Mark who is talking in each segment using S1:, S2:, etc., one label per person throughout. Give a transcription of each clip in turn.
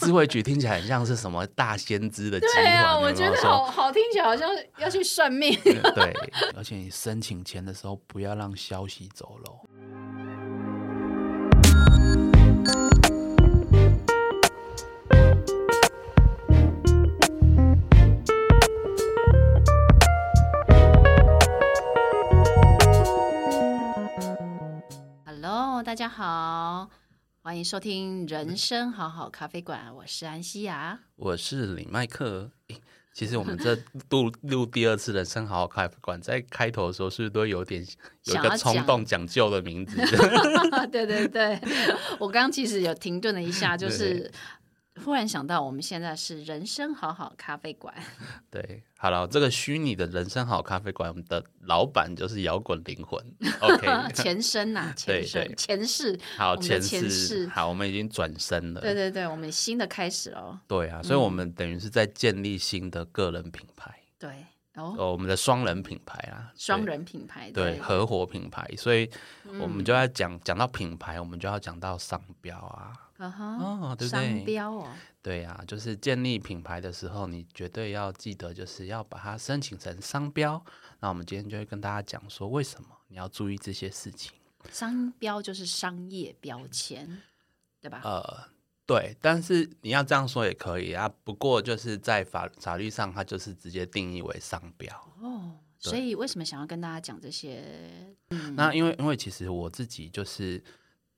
S1: 智慧局听起来很像是什么大先知的集
S2: 对
S1: 团，
S2: 啊，
S1: 有没
S2: 我
S1: 有
S2: 觉得
S1: 说
S2: 好好听起来好像要去算命。
S1: 对，而且你申请前的时候不要让消息走漏。
S2: Hello，大家好，欢迎收听《人生好好咖啡馆》，我是安西亚。
S1: 我是李麦克。诶其实我们这录录第二次人生好好开馆，在开头的时候是不是都有点有一
S2: 想
S1: 个
S2: 要
S1: 冲
S2: 讲
S1: 动讲究的名字？
S2: 对对对，我刚刚其实有停顿了一下，就是
S1: 对
S2: 忽然想到我们现在是《人生好好咖啡 馆》，
S1: 对，好了，这个虚拟的人生好咖啡馆，我们的老板就是摇滚灵魂。OK，
S2: 前身呐、前
S1: 对
S2: 身
S1: 对
S2: 前世，
S1: 好，
S2: 我们的
S1: 前
S2: 前世
S1: 世好，我们已经转身了。
S2: 对对对，我们新的开始哦。
S1: 对啊，所以我们等于是在建立新的个人品牌，
S2: 对，哦，
S1: 哦，我们的双人品牌啊，
S2: 双
S1: 对
S2: 人品牌，
S1: 对合伙品牌，所以我们
S2: 嗯
S1: 就要讲讲到品牌，我们就要讲到商标啊，
S2: 啊哈，
S1: 哦，对不
S2: 商
S1: 对？
S2: 标哦，
S1: 对啊，就是建立品牌的时候，你绝对要记得，就是要把它申请成商标。那我们今天就会跟大家讲说，为什么你要注意这些事情。
S2: 商标就是商业标签，对吧？
S1: 呃，对，但是你要这样说也可以啊。不过就是在法法律上，它就是直接定义为商标。
S2: 哦，所以为什么想要跟大家讲这些？
S1: 那因为因为其实我自己就是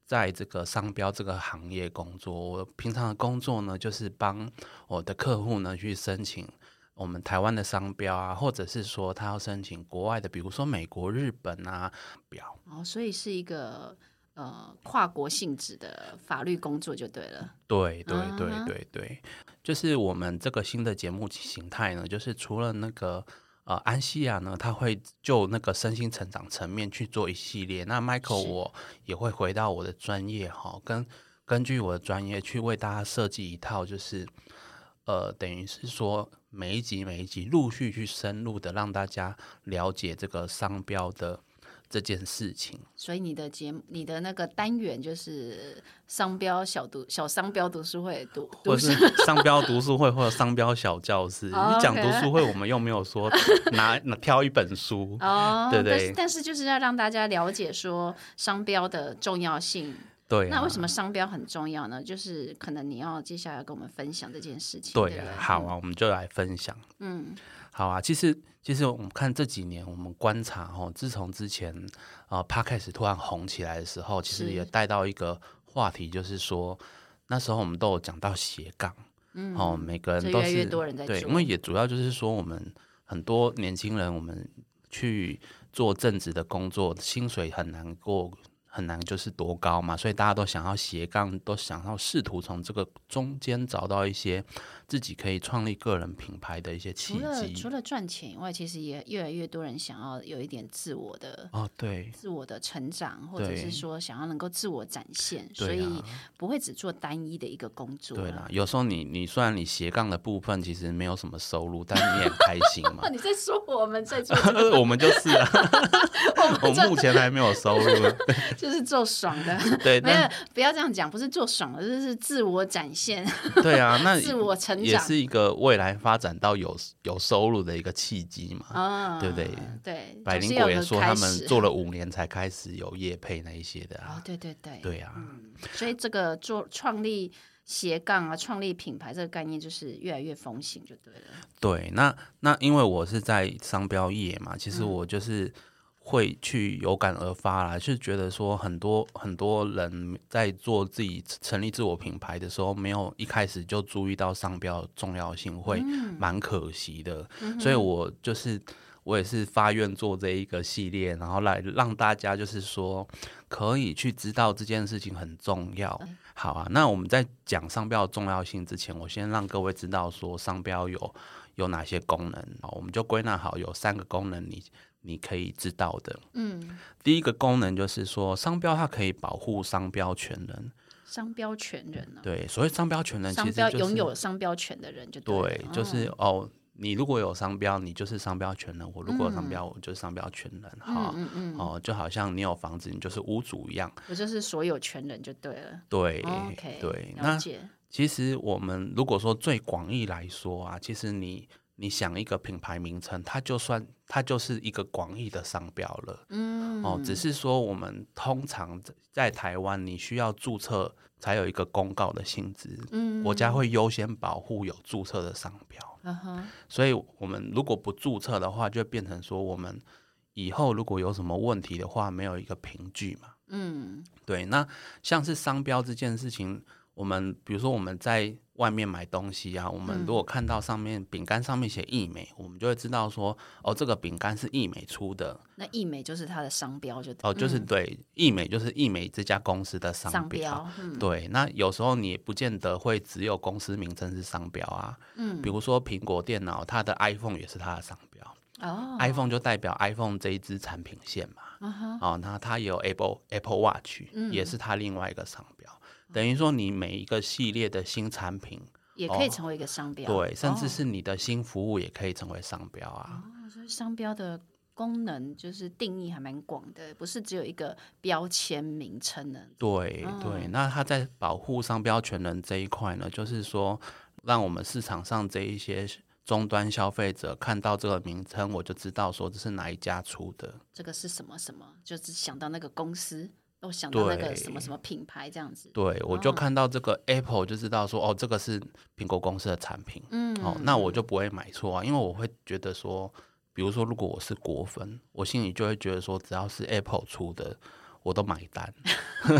S1: 在这个商标这个行业工作，我平常的工作呢，就是帮我的客户呢去申请我们台湾的商标啊，或者是说他要申请国外的，比如说美国、日本啊标。
S2: 哦，所以是一个呃跨国性质的法律工作就对了。
S1: 对对对
S2: 嗯哼
S1: 对对，就是我们这个新的节目形态呢，就是除了那个。呃，安西亚呢，他会就那个身心成长层面去做一系列。那 Michael
S2: 是
S1: 我也会回到我的专业哈，跟根据我的专业去为大家设计一套，就是呃，等于是说每一集每一集陆续去深入的让大家了解这个商标的这件事情。
S2: 所以你的节目，你的那个单元就是商标小读小商标读书会读
S1: 或
S2: 读
S1: 是
S2: 书
S1: 商标读书会或者商标小教室。
S2: 哦
S1: 你讲读
S2: OK
S1: 书会，我们又没有说拿 拿挑一本书。
S2: 哦，
S1: 对
S2: 但是
S1: 对
S2: 但是就是要让大家了解说商标的重要性。
S1: 对、啊，
S2: 那为什么商标很重要呢？就是可能你要接下来跟我们分享这件事情。
S1: 对
S2: 对
S1: 啊
S2: 不对，嗯
S1: 好，啊，我们就来分享。嗯，好啊。其实，其实我们看这几年，我们观察哦，自从之前呃 p 开始突然红起来的时候，其实
S2: 是
S1: 也带到一个话题，就是说那时候我们都有讲到斜杠，嗯，哦，每个人
S2: 就
S1: 都
S2: 越来
S1: 是
S2: 越多人在
S1: 对，
S2: 做
S1: 因为也主要就是说我们很多年轻人，我们去做正职的工作，薪水很难过。很难就是多高嘛，所以大家都想要斜杠，都想要试图从这个中间找到一些自己可以创立个人品牌的一些契
S2: 除了
S1: 机
S2: 除。了赚钱以外，其实也越来越多人想要有一点自我的
S1: 哦，对，
S2: 自我的成长，或者
S1: 对
S2: 是说想要能够自我展现，所
S1: 对
S2: 以
S1: 啊
S2: 不会只做单一的一个工作。
S1: 对啦，，有时候你你虽然你斜杠的部分其实没有什么收入，但你也很开心嘛
S2: 哦，。你在说我们在 做这
S1: 我们就是 啊，我
S2: 这
S1: 目前还没有收入。
S2: 个，就是做爽的，
S1: 对，
S2: 没
S1: 但
S2: 有不要这样讲，不是做爽的，就是自我展现、
S1: 对啊，那
S2: 自我成
S1: 也
S2: 长
S1: 是一个未来发展到有有收入的一个契机嘛。
S2: 啊，
S1: 对不对
S2: 对，
S1: 百
S2: 总
S1: 灵
S2: 是要
S1: 果
S2: 有
S1: 也
S2: 个
S1: 说
S2: 开
S1: 他们
S2: 始
S1: 做了五年才开始有业配那一些的
S2: 哦
S1: 啊，。
S2: 对对对，
S1: 对啊，
S2: 所以这个做创立斜杠啊，创立品牌这个概念就是越来越风行，就对了。
S1: 对，那那因为我是在商标业嘛，其实我就是会去有感而发啦，就是觉得说很多很多人在做自己成立自我品牌的时候，没有一开始就注意到商标的重要性，会蛮可惜的。所以我就是我也是发愿做这一个系列，然后来让大家就是说可以去知道这件事情很重要。好啊，那我们在讲商标的重要性之前，我先让各位知道说商标有有哪些功能好，我们就归纳好有三个功能你你可以知道的。
S2: 嗯，
S1: 第一个功能就是说，商标它可以保护商标权人。
S2: 商标权人呢、
S1: 对，所谓商标权人，其
S2: 哦商
S1: 实
S2: 标
S1: 就是
S2: 拥有商标权的人就了嗯
S1: 对，就是哦，你如果有商标，你就是商标权人；我如果有商标，我就是商标权人。哈、
S2: 嗯嗯嗯，
S1: 哦，就好像你有房子，你就是屋主一样。
S2: 我就是所有权人就对了。
S1: 对
S2: 哦 OK，
S1: 对，
S2: 了
S1: 那
S2: 解。
S1: 其实我们如果说最广义来说啊，其实你你想一个品牌名称，它就算它就是一个广义的商标了。
S2: 嗯，
S1: 哦，只是说我们通常在在台湾，你需要注册才有一个公告的性质，
S2: 嗯
S1: 国家会优先保护有注册的商标。
S2: 嗯哼，
S1: 所以我们如果不注册的话，就变成说我们以后如果有什么问题的话，没有一个凭据嘛。
S2: 嗯
S1: 对，那像是商标这件事情，我们比如说我们在外面买东西啊，我们
S2: 嗯
S1: 如果看到上面饼干上面写益美，我们就会知道说，哦，这个饼干是益美出的，
S2: 那易美就是它的商标就对
S1: 哦，就是、对，益美就是益美这家公司的
S2: 嗯
S1: 商
S2: 商标，嗯
S1: 对，那有时候你也不见得会只有公司名称是商标啊，
S2: 嗯
S1: 比如说苹果电脑，它的 iPhone 也是它的商标。
S2: 哦
S1: iPhone 就代表 iPhone 这一支产品线嘛。
S2: 啊
S1: 哦，那它也有 Apple Apple Watch，、也
S2: 嗯
S1: 是它另外一个商标。等于说，你每一个系列的新产品，
S2: 也可以成为一个商标，
S1: 哦对，甚至
S2: 哦
S1: 是你的新服务，也可以成为商标啊。
S2: 哦所以商标的功能就是定义还蛮广的，不是只有一个标签名称的。
S1: 对
S2: 嗯
S1: 对，那它在保护商标权人这一块呢，就是说，让我们市场上这一些终端消费者看到这个名称，我就知道说这是哪一家出的。
S2: 这个是什么什么，就是想到那个公司，都想到那个
S1: 对
S2: 什么什么品牌这样子。
S1: 对，我
S2: 啊
S1: 就看到这个 Apple 就知道说，哦，这个是苹果公司的产品，
S2: 嗯
S1: 哦，那我就不会买错啊，因为我会觉得说，比如说如果我是果粉，我心里就会觉得说，只要是 Apple 出的，我都买单。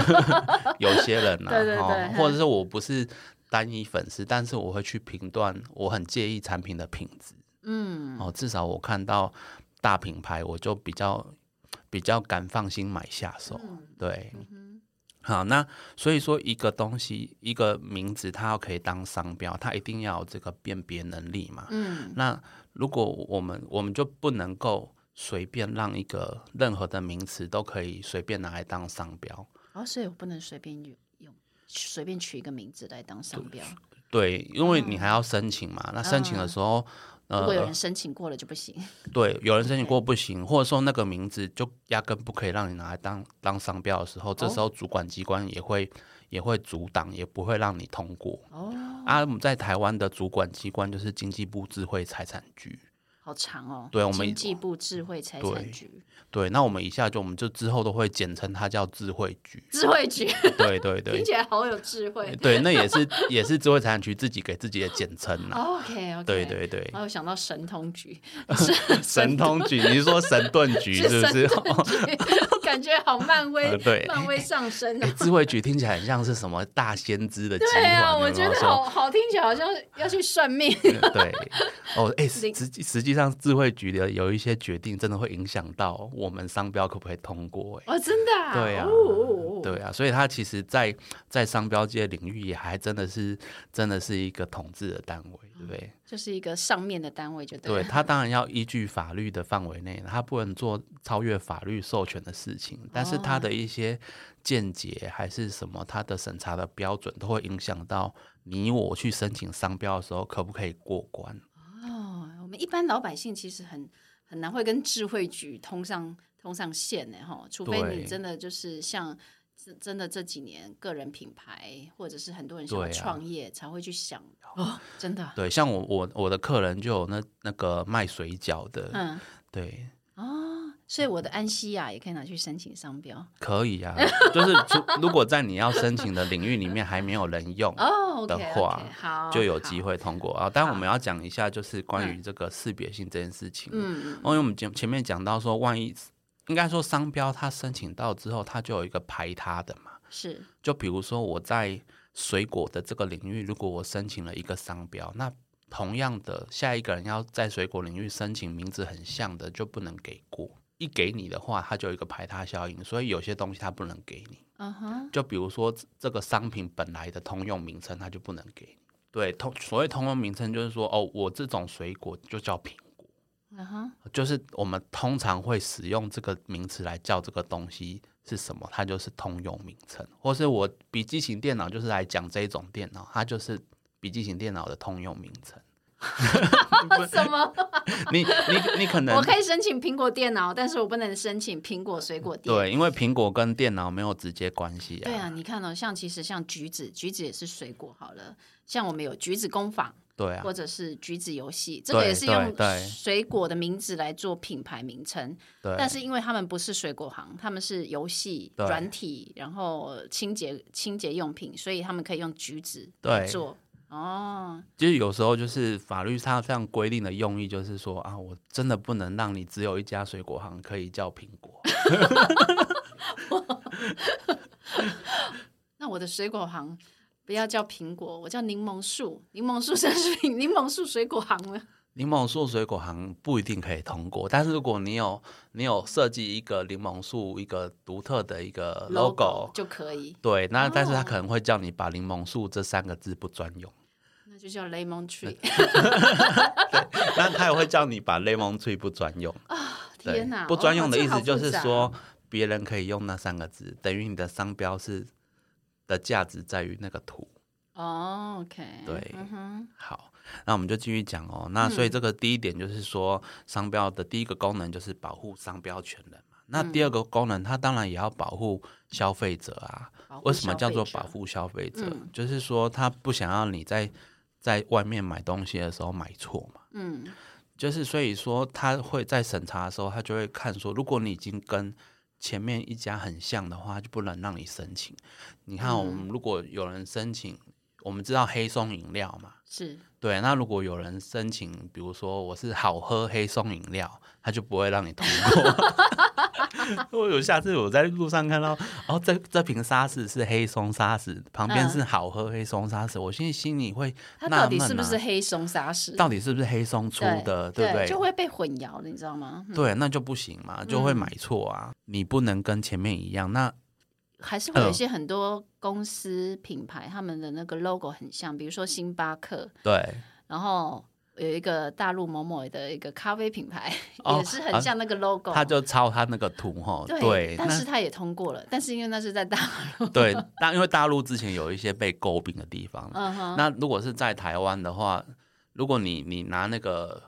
S1: 有些人啊，
S2: 对对对
S1: 哦，或者是我不是单一粉丝，但是我会去评断，我很介意产品的品质。
S2: 嗯，
S1: 哦，至少我看到大品牌，我就比较比较敢放心买下手。
S2: 嗯
S1: 对，好，那所以说一个东西，一个名字，它要可以当商标，它一定要有这个辨别能力嘛。
S2: 嗯，
S1: 那如果我们我们就不能够随便让一个任何的名词都可以随便拿来当商标。
S2: 哦，所以我不能随便用用随便取一个名字来当商标，
S1: 对，因为你还要申请嘛，那申请的时候，
S2: 嗯如果有
S1: 呃，
S2: 人申请过了就不行。
S1: 对，有人申请过不行，或者说那个名字就压根不可以让你拿来当当商标的时候，
S2: 哦
S1: 这时候主管机关也会、也会阻挡，也不会让你通过。
S2: 哦，
S1: 啊，我们在台湾的主管机关就是经济部智慧财产局。
S2: 好长哦。
S1: 对我们
S2: 经济部智慧财
S1: 对
S2: 产局，。
S1: 对，那我们以下就我们就之后都会简称它叫智慧局
S2: 智慧局
S1: 对对
S2: 听
S1: 对
S2: 起来好有智慧。
S1: 哎 对，那也是也是智慧财产局自己给自己的简称呐、
S2: OK OK，
S1: 对。对对，
S2: 还有想到神通局，
S1: 神通局，你是说神盾局是不是？哦
S2: 感觉好漫威
S1: 呃，对
S2: 漫威上 身啊
S1: 欸。智慧局听起来很像是什么大先知的集团，
S2: 对啊，
S1: 有没
S2: 我
S1: 有
S2: 觉得
S1: 说
S2: 好好听起来好像要去算命。
S1: 对，哦，哎、实
S2: 零
S1: 实际实际上智慧局的有一些决定，真的会影响到我们商标可不可以通过、哎，
S2: 哦，真的、啊？
S1: 对啊
S2: 哦哦，哦
S1: 对啊，所以它其实在，在商标界领域也还真的是真的是一个统治的单位，对不对？
S2: 就是一个上面的单位就对
S1: 对，
S2: 了。
S1: 它当然要依据法律的范围内，它不能做超越法律授权的事情，但是
S2: 哦
S1: 它的一些见解还是什么，它的审查的标准都会影响到你我去申请商标的时候可不可以过关。
S2: 哦，我们一般老百姓其实很很难会跟智慧局通上通上线呢，哈，除非
S1: 对
S2: 你真的就是像。真真的这几年，个人品牌或者是很多人想要
S1: 对啊
S2: 创业，才会去想哦，真的，
S1: 对，像我我我的客人就有那那个卖水饺的，
S2: 嗯
S1: 对，
S2: 哦，所以我的安西亚也可以拿去申请商标哦
S1: 可以啊，就是除如果在你要申请的领域里面还没有人用，
S2: 哦。
S1: 的
S2: OK
S1: 话
S2: OK，好，
S1: 就有机
S2: 会，
S1: 会通过啊。但我们要讲一下，就是关于
S2: 嗯
S1: 这个识别性这件事情，
S2: 嗯，嗯
S1: 因为我们前前面讲到说，万一应该说商标它申请到之后，它就有一个排他的嘛，
S2: 是，
S1: 就比如说我在水果的这个领域，如果我申请了一个商标，那同样的，下一个人要在水果领域申请名字很像的，就不能给过。一给你的话，它就有一个排他效应，所以有些东西它不能给你。
S2: 嗯哼，
S1: 就比如说这个商品本来的通用名称，它就不能给你。对，通所谓通用名称就是说，哦，我这种水果就叫苹果，
S2: 嗯哼，
S1: 就是我们通常会使用这个名词来叫这个东西是什么，它就是通用名称。或是我笔记型电脑就是来讲这一种电脑，它就是笔记型电脑的通用名称。
S2: 什 么？
S1: 你 你你可能
S2: 我可以申请苹果电脑，但是我不能申请苹果水果店。
S1: 对，因为苹果跟电脑没有直接关系啊。
S2: 对啊，你看哦，像其实像橘子，橘子也是水果。好了，像我们有橘子工坊，
S1: 对啊
S2: 或者是橘子游戏，这个也是用
S1: 对对
S2: 水果的名字来做品牌名称。
S1: 对，啊
S2: 但是因为他们不是水果行，他们是游戏
S1: 对
S2: 软体，然后清洁清洁用品，所以他们可以用橘子
S1: 对
S2: 来做。哦，
S1: 就是有时候就是法律上这样规定的用意，就是说啊，我真的不能让你只有一家水果行可以叫苹果。
S2: 那我的水果行不要叫苹果，我叫柠檬树，柠檬树真是 柠檬树水果行了。
S1: 柠檬树水果行不一定可以通过，但是如果你有你有设计一个柠檬树一个独特的一个 logo，,
S2: 就可以，
S1: 对，那但是他
S2: 哦
S1: 可能会叫你把柠檬树这三个字不专 用，
S2: 那就叫 lemon tree。
S1: 那他也会叫你把 lemon tree 不专用。对
S2: 哦天哪，
S1: 不专用的
S2: 哦
S1: 意思就是，
S2: 这好复杂
S1: 说别人可以用那三个字，等于你的商标是的价值在于那个图。
S2: 哦，OK，
S1: 对
S2: 嗯哼，
S1: 好，那我们就继续讲哦。那
S2: 嗯
S1: 所以这个第一点就是说，商标的第一个功能就是保护商标权人嘛。那第二
S2: 嗯
S1: 个功能，它当然也要保护消费者啊。
S2: 保护
S1: 为什么叫做
S2: 消费者
S1: 保？护消费者？
S2: 嗯
S1: 就是说他不想要你在在外面买东西的时候买错嘛。
S2: 嗯，
S1: 就是所以说他会在审查的时候，他就会看说，如果你已经跟前面一家很像的话，就不能让你申请。你看，我
S2: 嗯
S1: 们如果有人申请，我们知道黑松饮料嘛，
S2: 是
S1: 对，那如果有人申请，比如说我是好喝黑松饮料，他就不会让你通过。 我有下次我在路上看到，哦，这这瓶沙士是黑松沙士，旁边
S2: 嗯
S1: 是好喝黑松沙士，我现在心里会
S2: 它
S1: 纳
S2: 到底
S1: 闷
S2: 是不
S1: 啊
S2: 是黑松沙士？
S1: 到底是不是黑松出的，对不对？
S2: 就会嗯被混淆了，你知道吗？嗯
S1: 对，那就不行嘛，就会买错啊！你不能跟前面一样。那
S2: 还是会
S1: 嗯
S2: 有一些很多公司品牌他们的那个 logo 很像，比如说星巴克，
S1: 对，
S2: 然后有一个大陆某某的一个咖啡品牌，
S1: 哦
S2: 也是很像那个 logo。
S1: 他就抄他那个图哈，
S2: 对，
S1: 对，
S2: 但
S1: 那
S2: 是他也通过了，但是因为那是在大陆，
S1: 对，那因为大陆之前有一些被诟病的地 方，
S2: 嗯哼，
S1: 那如果是在台湾的话，如果你你拿那个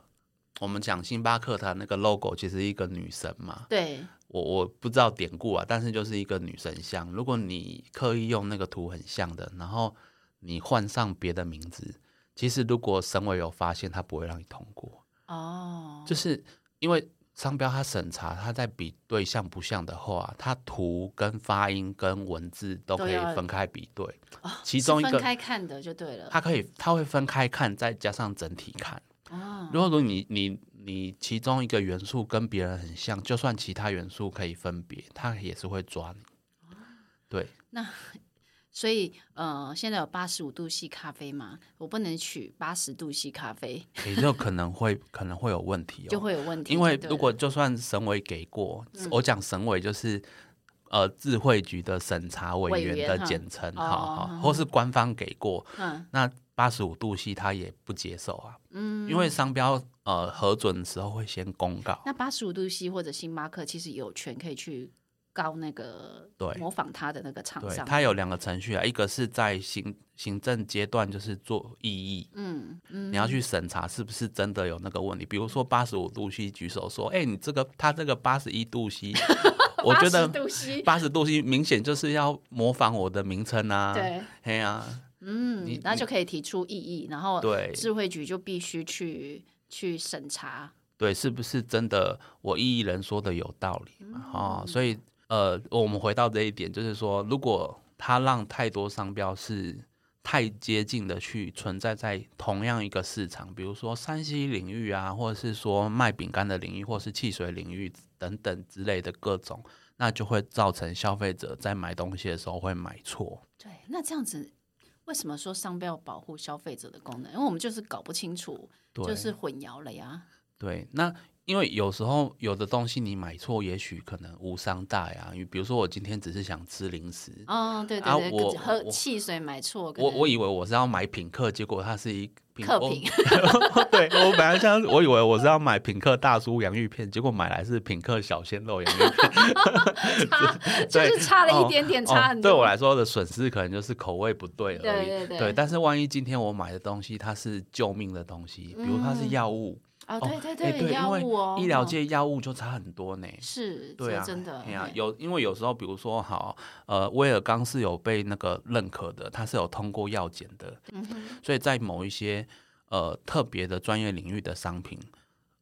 S1: 我们讲星巴克它那个 logo，其实一个女神嘛，
S2: 对，
S1: 我我不知道典故啊，但是就是一个女神像。如果你刻意用那个图很像的，然后你换上别的名字，其实如果省委有发现，他不会让你通过，
S2: 哦，
S1: 就是因为。商标它审查，它在比对像不像的话，它图跟发音跟文字都
S2: 都
S1: 可以
S2: 要
S1: 分开比对，
S2: 哦
S1: 其中一
S2: 是
S1: 个
S2: 分开看的就对了，
S1: 它可以，它会分开看，再加上整体看。
S2: 哦，
S1: 如果说你你你其中一个元素跟别人很像，就算其他元素可以分别，它也是会抓你。
S2: 哦
S1: 对，
S2: 所以呃，现在有八十五度 C 咖啡嘛，我不能取八十度 C 咖啡，
S1: 也就可能会 可能会有问题
S2: 就
S1: 哦。
S2: 会有问题就
S1: 因
S2: 对了。嗯
S1: 为如果就算省委给过，我讲省委就是呃智慧局的审查委
S2: 委
S1: 员
S2: 员
S1: 的
S2: 哈
S1: 简称，
S2: 哦
S1: 好好，
S2: 嗯
S1: 或是官方给过，
S2: 嗯
S1: 那八十五度 C 他也不接受啊，嗯，因为商标呃核准的时候会先公告，
S2: 那八十五度 C 或者星巴克其实有权可以去告那个
S1: 对
S2: 模仿它的那个厂
S1: 对，
S2: 商。
S1: 它有两个程序啊，一个是在行行政阶段，就是做异议，
S2: 嗯嗯，
S1: 你要去审查是不是真的有那个问题。比如说八十五度 C 举手说，哎、你这个他这个八十一度 C，我觉
S2: 80
S1: 得
S2: 度 C
S1: 八十度 C 明显就是要模仿我的名称啊，，
S2: 对，
S1: 嘿啊，你
S2: 嗯，那就可以提出异议，然后
S1: 对
S2: 智慧局就必须去去审查。
S1: 对，是不是真的我异议人说的有道理嘛？
S2: 嗯
S1: 哦，所以呃，我们回到这一点，就是说，如果他让太多商标是太接近的去存在在同样一个市场，比如说山西领域啊，或者是说卖饼干的领域，或是汽水领域等等之类的各种，那就会造成消费者在买东西的时候会买错。
S2: 对，那这样子，为什么说商标保护消费者的功能？因为我们就是搞不清楚，
S1: 对，
S2: 就是混淆了呀。
S1: 对，那因为有时候有的东西你买错，也许可能无伤大雅。比如说我今天只是想吃零食，
S2: 哦，对
S1: 啊
S2: 对对，
S1: 我
S2: 可喝
S1: 我
S2: 汽水买错，可
S1: 我
S2: 能
S1: 我以为我是要买品客，结果它是一品
S2: 客
S1: 我
S2: 品
S1: 对我本来想，我以为我是要买品客大叔洋芋片，结果买来是品客小鲜肉洋芋片。
S2: 差就
S1: 对
S2: 是差了
S1: 哦
S2: 一点点，
S1: 哦
S2: 差很多。
S1: 对我来说的损失可能就是口味不对而已。
S2: 对对对
S1: 但是万一今天我买的东西它是救命的东西，比如它是
S2: 嗯
S1: 药物，
S2: 哦，
S1: 哦
S2: 对对
S1: 哎对，
S2: 药
S1: 因
S2: 物哦，
S1: 为医疗
S2: 嗯
S1: 界药物就差很多呢。
S2: 是，
S1: 对
S2: 这
S1: 啊，
S2: 真的，
S1: 哎呀、
S2: 嘿
S1: 有因为有时候，比如说好，呃，威尔刚是有被那个认可的，它是有通过药检的，
S2: 嗯哼
S1: 所以在某一些呃特别的专业领域的商品，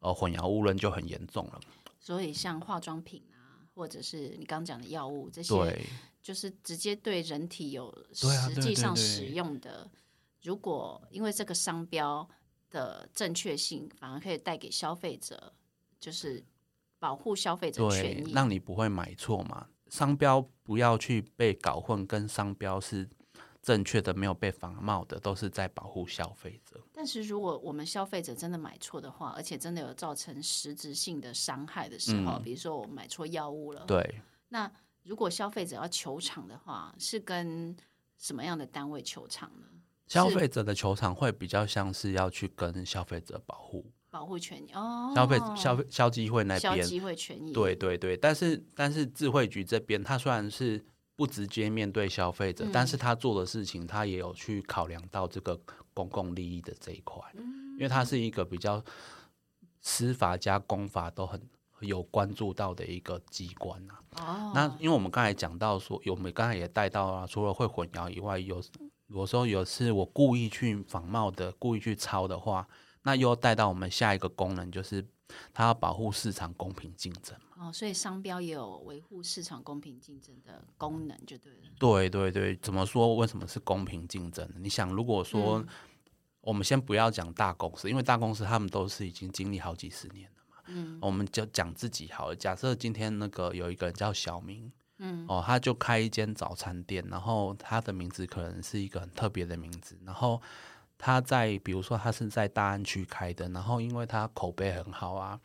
S1: 呃，混淆误认就很严重了。
S2: 所以像化妆品啊，或者是你刚讲的药物这些，
S1: 对，
S2: 就是直接对人体有
S1: 对啊
S2: 实
S1: 对
S2: 际
S1: 对
S2: 上
S1: 对
S2: 使用的，如果因为这个商标的正确性，反而可以带给消费者，就是保护消费者权
S1: 对，
S2: 益。
S1: 让你不会买错嘛。商标不要去被搞混，跟商标是正确的，没有被仿冒的，都是在保护消费者。
S2: 但是如果我们消费者真的买错的话，而且真的有造成实质性的伤害的时候，
S1: 嗯
S2: 比如说我买错药物了，
S1: 对，
S2: 那如果消费者要求偿的话，是跟什么样的单位求偿呢？
S1: 消费者的球场会比较像是要去跟消费者保护、
S2: 保护权益哦，
S1: 消费消费消基会那
S2: 消
S1: 边，
S2: 机会权益，
S1: 对对对。但是但是智慧局这边，他虽然是不直接面对消费者，但
S2: 嗯
S1: 是他做的事情，他也有去考量到这个公共利益的这一块，
S2: 嗯
S1: 因为它是一个比较司法加公法都很有关注到的一个机关啊。
S2: 哦，
S1: 那因为我们刚才讲到说，有我们刚才也带到啊，除了会混淆以外，有有时候有是我故意去仿冒的，故意去抄的话，那又带到我们下一个功能，就是它要保护市场公平竞争。
S2: 哦，所以商标也有维护市场公平竞争的功能，就对了。
S1: 对对对，怎么说？为什么是公平竞争呢？你想，如果说、
S2: 嗯
S1: 我们先不要讲大公司，因为大公司他们都是已经经历好几十年了。
S2: 嗯
S1: 哦我们就讲自己好了。假设今天那个有一个人叫小明，
S2: 嗯，
S1: 哦，他就开一间早餐店，然后他的名字可能是一个很特别的名字，然后他在比如说他是在大安区开的，然后因为他口碑很好啊，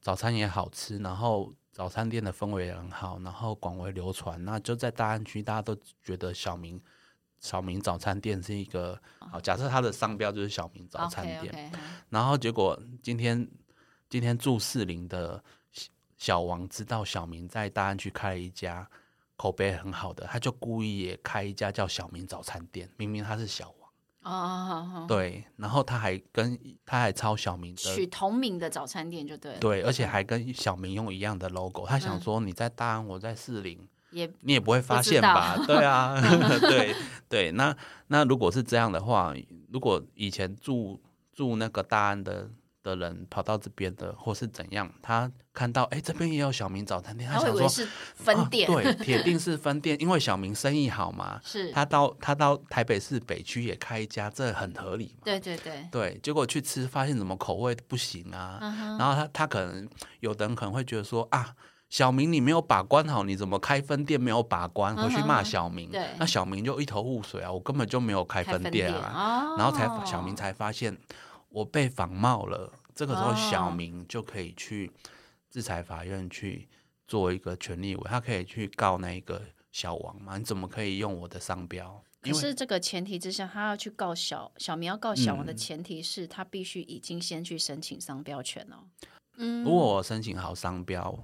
S1: 早餐也好吃，然后早餐店的氛围也很好，然后广为流传，那就在大安区大家都觉得小明小明早餐店是一个好，假设他的商标就是小明早餐店
S2: o k o k
S1: 然后结果今天今天住士林的小小王知道小明在大安区开了一家口碑很好的，他就故意也开一家叫小明早餐店，明明他是小王，
S2: 哦哦，哦哦
S1: 对，然后他还跟他还抄小明
S2: 取
S1: 的。
S2: 同名的早餐店就对了，
S1: 对，而且还跟小明用一样的 logo，他
S2: 嗯
S1: 想说你在大安，我在士林，
S2: 也
S1: 你也不会发现吧？对啊， 对对。那那如果是这样的话，如果以前住住那个大安的的人跑到这边的，或是怎样，他看到哎、诶这边也有小明早餐店，
S2: 他会
S1: 想
S2: 以
S1: 说
S2: 为是分店，
S1: 啊对，铁定是分店，因为小明生意好嘛。
S2: 是，
S1: 他到他到台北市北区也开一家，这很合理嘛。
S2: 对对对，
S1: 对，结果去吃发现怎么口味不行啊，
S2: 嗯哼，
S1: 然后他他可能有的人可能会觉得说啊，小明你没有把关好，你怎么开分店没有把关，回去
S2: 嗯哼
S1: 骂
S2: 哼
S1: 小明，
S2: 对
S1: 那小明就一头雾水啊，我根本就没有开分店啊，
S2: 哦，
S1: 然后才发小明才发现我被仿冒了，这个时候小
S2: 哦
S1: 明就可以去制裁法院去做一个权利委，他可以去告那一个小王嘛，你怎么可以用我的商标？
S2: 可
S1: 因为
S2: 是这个前提之下，他要去告小小明要告小王的
S1: 嗯
S2: 前提是他必须已经先去申请商标权哦。嗯
S1: 如果我申请好商标，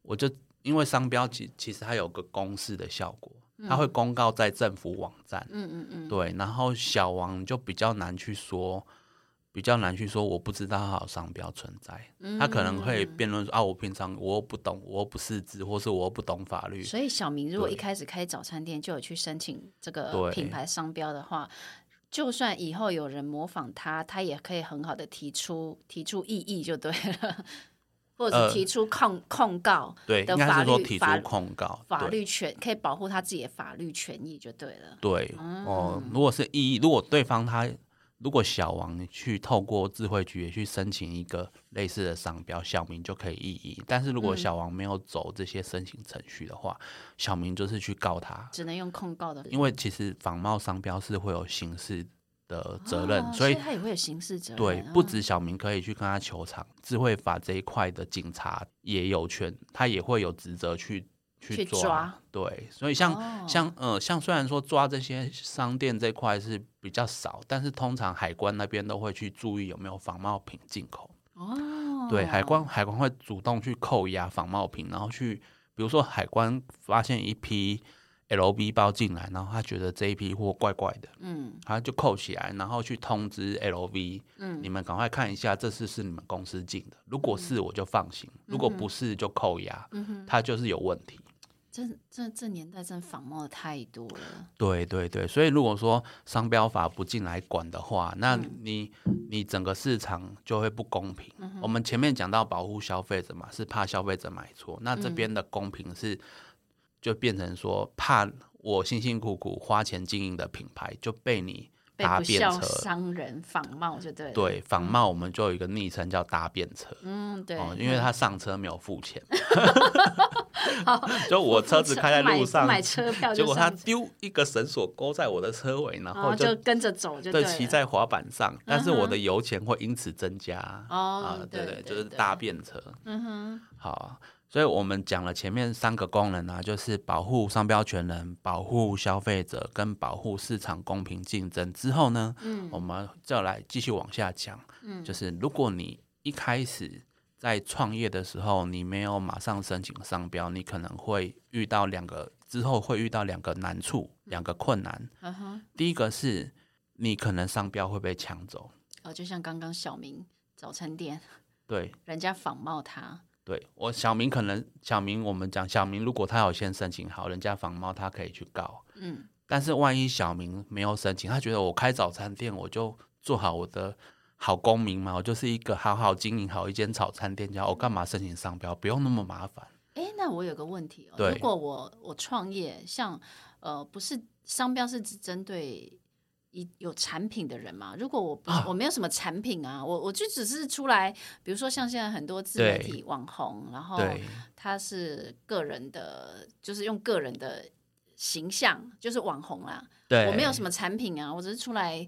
S1: 我就因为商标其其实它有个公示的效果，它会公告在政府网站，
S2: 嗯嗯嗯，
S1: 对，然后小王就比较难去说，比较难去说我不知道它有商标存在，他可能会
S2: 嗯
S1: 辩论说啊，我平常我又不懂，我又不识字，或是我又不懂法律，
S2: 所以小明如果
S1: 对
S2: 一开始开早餐店就有去申请这个
S1: 对
S2: 品牌商标的话，就算以后有人模仿他，他也可以很好的提出提出异议就对了，或者
S1: 呃
S2: 是提出控、控告
S1: 对，
S2: 的
S1: 应该
S2: 法
S1: 是说
S2: 律
S1: 提出
S2: 法
S1: 控告，
S2: 法
S1: 对
S2: 律权，可以保护他自己的法律权益就对了。
S1: 对，哦，如果是异议，如果对方他如果小王去透过智慧局也去申请一个类似的商标，小明就可以异议。但是如果小王没有走这些申请程序的话，小明就是去告他，
S2: 只能用控告的，
S1: 因为其实仿冒商标是会有刑事的责任，所
S2: 哦以
S1: 以
S2: 他也会有刑事责任。
S1: 对，不
S2: 嗯
S1: 止小明可以去跟他求偿，智慧法这一块的警察也有权，他也会有职责去
S2: 去
S1: 去
S2: 抓
S1: 对，所以像、
S2: 哦
S1: 像呃像虽然说抓这些商店这块是比较少，但是通常海关那边都会去注意有没有仿冒品进口。
S2: 哦，
S1: 对，海关海关会主动去扣押仿冒品，然后去比如说海关发现一批 LB 包进来，然后他觉得这一批货怪怪的，
S2: 嗯
S1: 他就扣起来，然后去通知 LV，你
S2: 嗯
S1: 们赶快看一下，这次是你们公司进的，如果是我就放行，如果不是就扣押，
S2: 嗯哼，
S1: 它就是有问题。
S2: 这这这年代真的仿冒的太多了，
S1: 对对对，所以如果说商标法不进来管的话，那
S2: 嗯
S1: 你、你整个市场就会不公平。我们前面讲到保护消费者嘛，是怕消费者买错，那
S2: 嗯
S1: 这边的公平是、就变成说怕我辛辛苦苦花钱经营的品牌就被你
S2: 被
S1: 搭
S2: 不
S1: 便
S2: 肖
S1: 车，
S2: 商人仿冒就对了。，
S1: 对仿冒我们就有一个昵称叫搭便车。
S2: 嗯对，
S1: 哦，因为他上车没有付 钱，就我车子
S2: 不
S1: 开在
S2: 买
S1: 路
S2: 不
S1: 上，
S2: 买 车票
S1: 结
S2: 就
S1: 果他
S2: 上，
S1: 丢一个绳索勾在我的车尾，然
S2: 然后
S1: 后
S2: 就
S1: 就
S2: 跟着走就
S1: 对
S2: 了
S1: 骑在滑板上，但是我
S2: 嗯
S1: 的油钱会因此增加啊
S2: 哦，，
S1: 对
S2: 对，
S1: 就是
S2: 对
S1: 大，便车。
S2: 嗯哼，
S1: 好，所以我们讲了前面三个功能啊，就是保护商标权人、保护消费者跟保护市场公平竞争之后呢，
S2: 嗯
S1: 我们再来继续往下讲，
S2: 嗯
S1: 就是如果你一开始在创业的时候，你没有马上申请商标，你可能会遇到两个之后会遇到两个难处，两个困难。
S2: 嗯哼，
S1: 第一个是你可能商标会被抢走，
S2: 哦，就像刚刚小明早餐店，
S1: 对，
S2: 人家仿冒他，
S1: 对我小明可能小明，我们讲小明，如果他有先申请好，人家仿冒他可以去告。
S2: 嗯
S1: 但是万一小明没有申请，他觉得我开早餐店，我就做好我的好公民嘛，我就是一个好好经营好一间早餐店家，我干嘛申请商标？不用那么麻烦。
S2: 哎，那我有个问题哦，
S1: 对
S2: 如果我我创业，像呃，不是商标是只针对一有产品的人嘛？如果我不、
S1: 啊
S2: 我没有什么产品啊，我我就只是出来，比如说像现在很多自媒
S1: 对
S2: 体网红，然后
S1: 对
S2: 他是个人的，就是用个人的形象，就是网红啦，
S1: 对，
S2: 我没有什么产品啊，我只是出来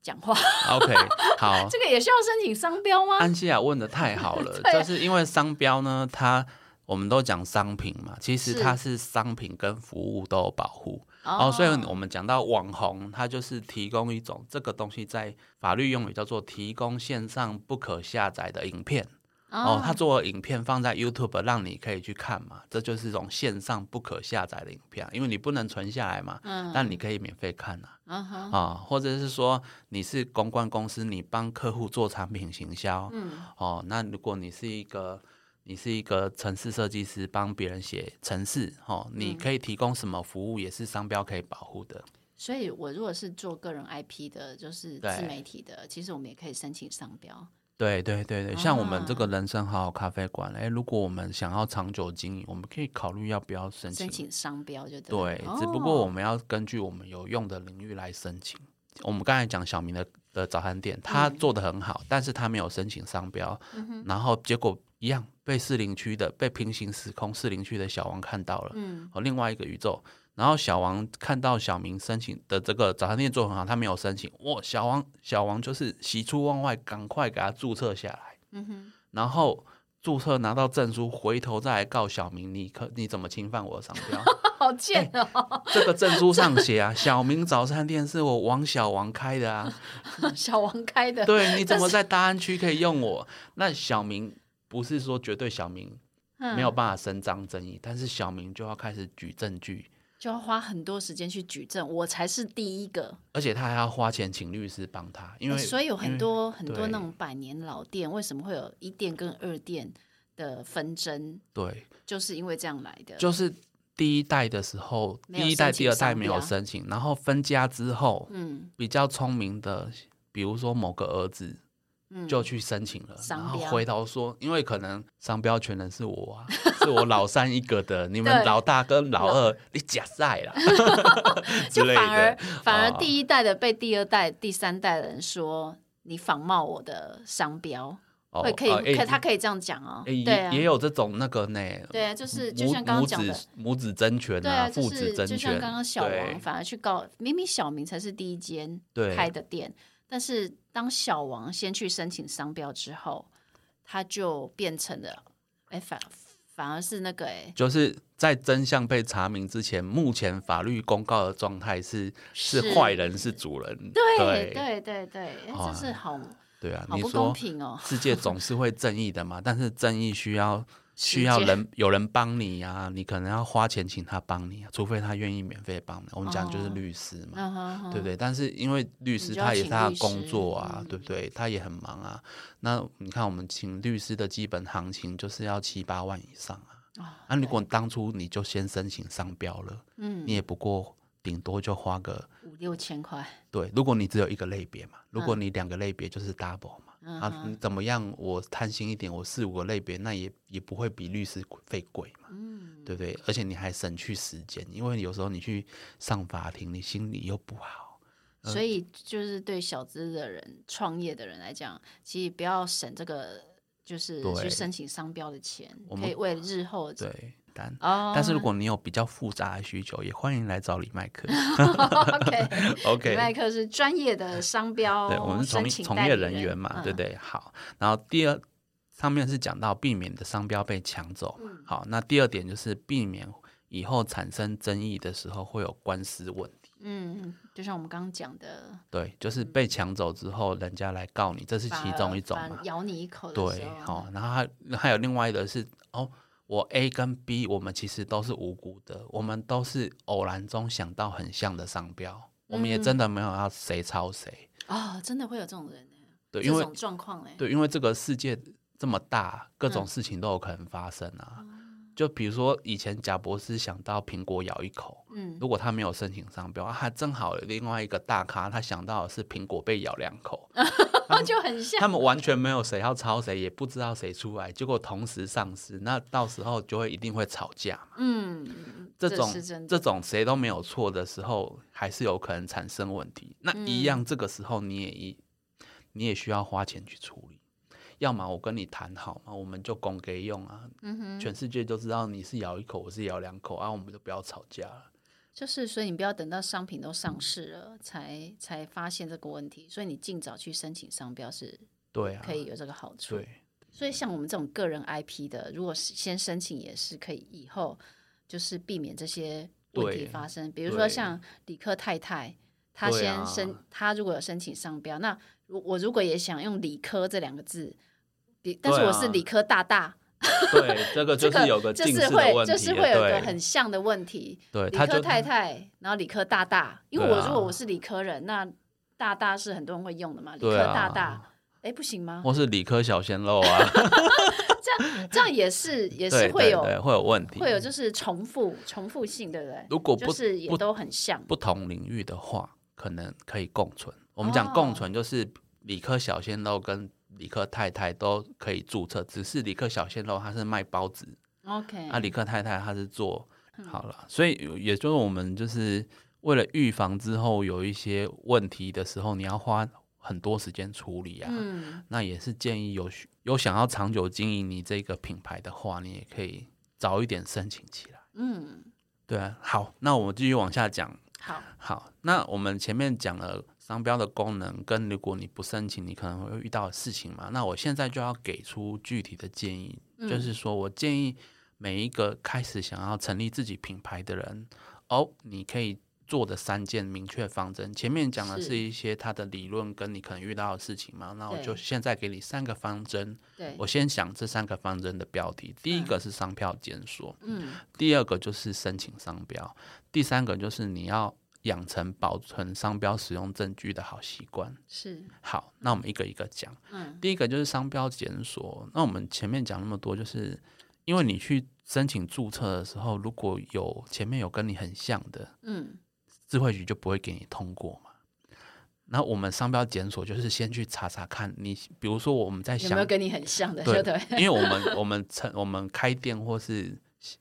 S2: 讲话，
S1: OK 好。
S2: 这个也需要申请商标吗？
S1: 安西亚问的太好了
S2: ，对啊
S1: 就是因为商标呢，它我们都讲商品嘛，其实
S2: 是
S1: 它是商品跟服务都有保护。哦，所以我们讲到网红，它就是提供一种这个东西在法律用语叫做提供线上不可下载的影片。哦，它做了影片放在 YouTube 让你可以去看嘛，这就是一种线上不可下载的影片啊，因为你不能存下来嘛，
S2: 嗯
S1: 但你可以免费看啊。
S2: 嗯哼
S1: 啊、或者是说你是公关公司，你帮客户做产品行销，
S2: 嗯
S1: 哦，那如果你是一个你是一个城市设计师，帮别人写城市，哦，
S2: 嗯
S1: 你可以提供什么服务，也是商标可以保护的。
S2: 所以，我如果是做个人 IP 的，就是
S1: 对
S2: 自媒体的，其实我们也可以申请商标。
S1: 对对对对，像我们这
S2: 啊
S1: 个人生好好咖啡馆，哎、如果我们想要长久经营，我们可以考虑要不要申请。
S2: 申请商标就对了。
S1: 对，只不过我
S2: 哦
S1: 们要根据我们有用的领域来申请。我们刚才讲小明的的早餐店，他
S2: 嗯
S1: 做的很好，但是他没有申请商标，
S2: 嗯哼
S1: 然后结果一样被士林区的被平行时空士林区的小王看到了，
S2: 嗯
S1: 哦，另外一个宇宙。然后小王看到小明申请的这个早餐店做得很好，他没有申请，哇，小王小王就是喜出望外，赶快给他注册下来，
S2: 嗯哼，
S1: 然后注册拿到证书，回头再来告小明，你可你怎么侵犯我的商标？
S2: 好贱
S1: 哎
S2: 哦，
S1: 这个证书上写啊， 小明早餐店是我王小王开的 啊，
S2: 小王开的。
S1: 对，你怎么在大安区可以用我？那小明不是说绝对小明
S2: 嗯，
S1: 没有办法伸张正义，但是小明就要开始举证据，
S2: 就要花很多时间去举证，我才是第一个。呃
S1: 而且他还要花钱请律师帮他，因为、
S2: 哦所以有很多很多
S1: 对
S2: 那种百年老店，为什么会有一店跟二店的纷争，
S1: 对，
S2: 就是因为这样来的。
S1: 就是第一代的时候，
S2: 没有
S1: 第一代、
S2: 申请
S1: 第二代
S2: 商
S1: 没有
S2: 标
S1: 申请，然后分家之后，
S2: 嗯
S1: 比较聪明的，比如说某个儿子，
S2: 嗯，
S1: 就去申请了，
S2: 商
S1: 然后
S2: 标
S1: 回头说，因为可能商标权人是我啊，是我老三一个的，你
S2: 对
S1: 们老大跟老二你假赛 啦，之
S2: 就
S1: 类
S2: 反而
S1: 的。
S2: 反而
S1: 啊
S2: 第一代的被第二代、第三代的人说你仿冒我的商标，
S1: 哦，
S2: 会可以，
S1: 呃哎
S2: 可他可以这样讲哦，
S1: 哎
S2: 对啊
S1: 也也，有这种那个呢，
S2: 对啊，就是就
S1: 母
S2: 像刚刚讲
S1: 母
S2: 的，
S1: 子母子争权
S2: 对啊，就
S1: 父子
S2: 是
S1: 争
S2: 就像
S1: 权，
S2: 刚刚小
S1: 对
S2: 王反而去告，明明小明才是第一间
S1: 对
S2: 开的店，但是当小王先去申请商标之后，他就变成了，哎，反反而是那个哎，
S1: 就是在真相被查明之前，目前法律公告的状态是是
S2: 是
S1: 坏人是主人，
S2: 对
S1: 对
S2: 对对对，哎，
S1: 哇
S2: 这是好
S1: 对啊，
S2: 好
S1: 你
S2: 不公
S1: 说
S2: 平哦，
S1: 世界总是会正义的嘛，但是正义需要
S2: 时
S1: 需要
S2: 间
S1: 人有人帮你呀、你可能要花钱请他帮你、啊，除非他愿意免费帮你。我们讲就是
S2: 哦
S1: 律师嘛，
S2: 嗯哼哼
S1: 对不对？但是因为律
S2: 你
S1: 师
S2: 就要
S1: 他也是
S2: 请
S1: 他
S2: 律
S1: 的工
S2: 师
S1: 作啊
S2: 嗯，
S1: 对不对？他也很忙啊。那你看，我们请律师的基本行情就是要七八万以上啊。
S2: 啊
S1: 那、如果当初你就先申请商标了，
S2: 嗯
S1: 你也不过顶多就花个
S2: 五六千块，
S1: 对。如果你只有一个类别嘛，如果你两个类别就是 double 嘛。
S2: 嗯
S1: 啊，你
S2: 哼，
S1: 怎么样？我贪心一点，我四五个类别，那也也不会比律师费贵嘛，
S2: 嗯，
S1: 对不对？而且你还省去时间，因为有时候你去上法庭，你心里又不好。
S2: 所
S1: 嗯
S2: 以就是对小资的人、创业的人来讲，其实不要省这个，就是
S1: 对
S2: 去申请商标的钱，
S1: 我们
S2: 可以为日后
S1: 对，但、
S2: 哦。
S1: 但是如果你有比较复杂的需求，也欢迎来找李麦 克。
S2: OK，李
S1: OK，
S2: 麦哦克是专业的商标，
S1: 对，我们是从从业人员嘛，对不
S2: 对？
S1: 对？好，然后第二上面是讲到避免的商标被抢走嘛，
S2: 嗯
S1: 好，那第二点就是避免以后产生争议的时候会有官司问题。
S2: 嗯，就像我们刚刚讲的，
S1: 对，就是被抢走之后，人家来告你，这是
S2: 反
S1: 其
S2: 而
S1: 中一种
S2: 嗯反而
S1: 嘛。
S2: 咬你一口的
S1: 对
S2: 时候，
S1: 好、然后还还有另外一个是哦，我 A 跟 B，我们其实都是无辜的，我们都是偶然中想到很像的商标，我们也真的没有
S2: 嗯
S1: 要谁抄谁。
S2: 哦，真的会有这种人欸，
S1: 对，
S2: 这
S1: 因为
S2: 种状况哎嘞，
S1: 对，因为这个世界这么大，各种
S2: 嗯哦
S1: 事情都有可能发生啊。就比如说以前贾博士想到苹果咬一口，
S2: 嗯，
S1: 如果他没有申请商标，啊、他正好有另外一个大咖，他想到的是苹果被咬两口，
S2: 就很像
S1: 他们完全没有谁要抄谁，也不知道谁出来，结果同时上市，那到时候就会一定会吵架嘛。
S2: 嗯，
S1: 这种
S2: 是真的
S1: 这种谁都没有错的时候，还是有可能产生问题。那一
S2: 嗯
S1: 样，这个时候你也一、你也需要花钱去处理。要么我跟你谈好嘛，我们就公给用啊，
S2: 嗯哼，
S1: 全世界都知道你是咬一口，我是咬两口啊，我们就不要吵架了。
S2: 就是，所以你不要等到商品都上市了才才发现这个问题，所以你尽早去申请商标是
S1: 对啊，
S2: 可以有这个好处。
S1: 对
S2: 所以像我们这种个人 IP 的，如果是先申请也是可以，以后就是避免这些问题
S1: 对
S2: 发生。比如说
S1: 对
S2: 像李克太太，她
S1: 对
S2: 先
S1: 啊
S2: 申，她如果有申请商标，那我我如果也想用理科这两个字，比但是
S1: 对
S2: 我
S1: 啊
S2: 是理科大大，
S1: 对， 这个
S2: 这
S1: 就是有个
S2: 就
S1: 近
S2: 是
S1: 视的
S2: 会
S1: 问题
S2: 就
S1: 了，
S2: 是会有一
S1: 对
S2: 个很像的问题。
S1: 对，
S2: 理
S1: 呃他
S2: 科
S1: 就
S2: 太太，然后理科大大，因为
S1: 对
S2: 我
S1: 啊
S2: 如果我是理科人，那大大是很多人会用的嘛，理科
S1: 对啊
S2: 大大，哎，不行吗？
S1: 或是理科小鲜肉啊，
S2: 这样也是也
S1: 对
S2: 是会有
S1: 对对会有问题，
S2: 会有就是重复重复性，对不对？
S1: 如果不
S2: 就是也
S1: 不
S2: 都很像，
S1: 不同领域的话，可能可以共存。我们讲
S2: 哦
S1: 共存，就是理科小鲜肉跟理科太太都可以注册，只是理科小鲜肉他是卖包子，
S2: OK，
S1: 啊，理科太太他是做
S2: 嗯
S1: 好了，所以也就是我们就是为了预防之后有一些问题的时候，你要花很多时间处理啊。
S2: 嗯，
S1: 那也是建议有需有想要长久经营你这个品牌的话，你也可以早一点申请起来。
S2: 嗯，
S1: 对啊，好，那我们继续往下讲。
S2: 好，
S1: 好，那我们前面讲了商标的功能，跟如果你不申请，你可能会遇到的事情嘛。那我现在就要给出具体的建议，
S2: 嗯
S1: 就是说我建议每一个开始想要成立自己品牌的人，哦，你可以做的三件明确方针。前面讲的
S2: 是
S1: 是一些它的理论跟你可能遇到的事情嘛，那我
S2: 对
S1: 就现在给你三个方针。
S2: 对，
S1: 我先想这三个方针的标题，第一个是商标检索，
S2: 嗯
S1: 第二个就是申请商标，第三个就是你要养成保存商标使用证据的好习惯。
S2: 是，
S1: 好，那我们一个一个讲。
S2: 嗯
S1: 第一个就是商标检索。那我们前面讲那么多，就是因为你去申请注册的时候，如果有前面有跟你很像的，
S2: 嗯，
S1: 智慧局就不会给你通过嘛。那我们商标检索就是先去查查看你，比如说我们在
S2: 有
S1: 想
S2: 没有跟你很像的？对
S1: 对
S2: 对，
S1: 因为我们我们成我们开店或是想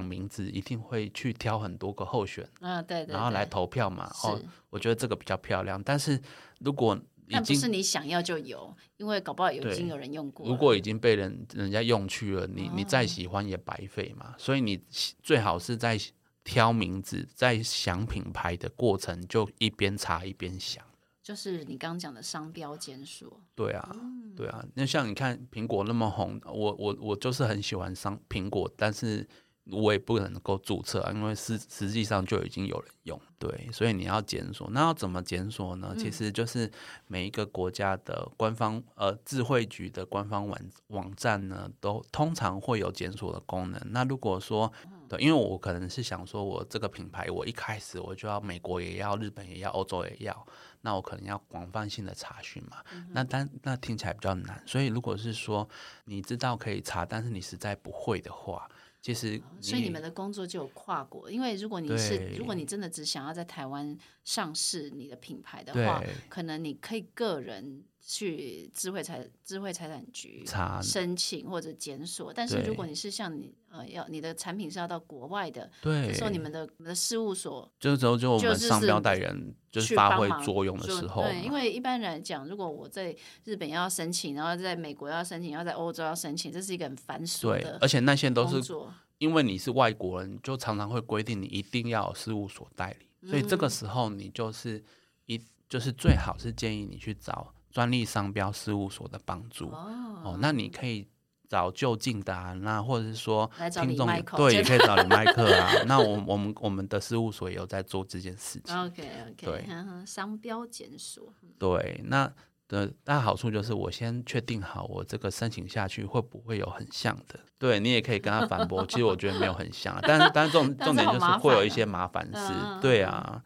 S1: 想名字，一定会去挑很多个候选，
S2: 嗯对对，
S1: 然后来
S2: 对
S1: 投票嘛。哦
S2: 是，
S1: 我觉得这个比较漂亮。但是如果已
S2: 但不是
S1: 经
S2: 你想要就有，因为搞不好有
S1: 对
S2: 已经有人用过了。
S1: 如果已经被人人家用去了，
S2: 哦
S1: 你你再喜欢也白费嘛。所以你喜最好是在挑名字、在想品牌的过程，就一边查一边想。
S2: 就是你刚刚讲的商标检索，
S1: 对啊，对啊。那像你看苹果那么红，我我我就是很喜欢商苹果，但是我也不能够注册啊，因为实实际上就已经有人用。对，所以你要检索，那要怎么检索呢？其实就是每一个国家的官方呃智慧局的官方网网站呢，都通常会有检索的功能。那如果说
S2: 嗯
S1: 对，因为我可能是想说，我这个品牌，我一开始我就要美国也要、日本也要、欧洲也要，那我可能要广泛性的查询嘛。
S2: 嗯
S1: 那但那听起来比较难，所以如果是说你知道可以查，但是你实在不会的话，其实
S2: 哦所以你们的工作就有跨国。因为如果你是，
S1: 嗯对
S2: 如果你真的只想要在台湾上市你的品牌的话
S1: 对，
S2: 可能你可以个人去智慧财智慧财产局
S1: 查
S2: 申请或者检索。但是
S1: 对
S2: 如果你是像你呃要你的产品是要到国外的，
S1: 对
S2: 这时候你们的你们的事务所
S1: 就是时候就我
S2: 就
S1: 们
S2: 是
S1: 商标代言就是
S2: 去
S1: 发
S2: 帮
S1: 挥
S2: 忙
S1: 作用的
S2: 做
S1: 时候嘛，
S2: 对，因为一般来讲，如果我在日本要申请，然后在美国要申请，要在欧洲要申请，这是一个很繁琐
S1: 对
S2: 的，
S1: 而且那些都
S2: 工
S1: 是
S2: 作。
S1: 因为你是外国人，就常常会规定你一定要有事务所代理，所以
S2: 嗯
S1: 这个时候你就是一就是最好是建议你去找专利商标事务所的帮助哦那你可以找就近的啊，那或者是说
S2: 来找
S1: 听
S2: 李
S1: 众也
S2: 麦克
S1: 对，
S2: 这
S1: 也可以找李麦克 啊。那我我们我们的事务所也有在做这件事情，
S2: OK OK，
S1: 对
S2: 嗯
S1: 嗯
S2: 商标检索，
S1: 对，那的那好处就是我先确定好我这个申请下去会不会有很像的。对你也可以跟他反驳，其实我觉得没有很像啊，但是但是重
S2: 但是
S1: 重点
S2: 好
S1: 就是
S2: 麻
S1: 会有
S2: 烦
S1: 一
S2: 啊
S1: 些麻烦事，
S2: 嗯嗯
S1: 对啊。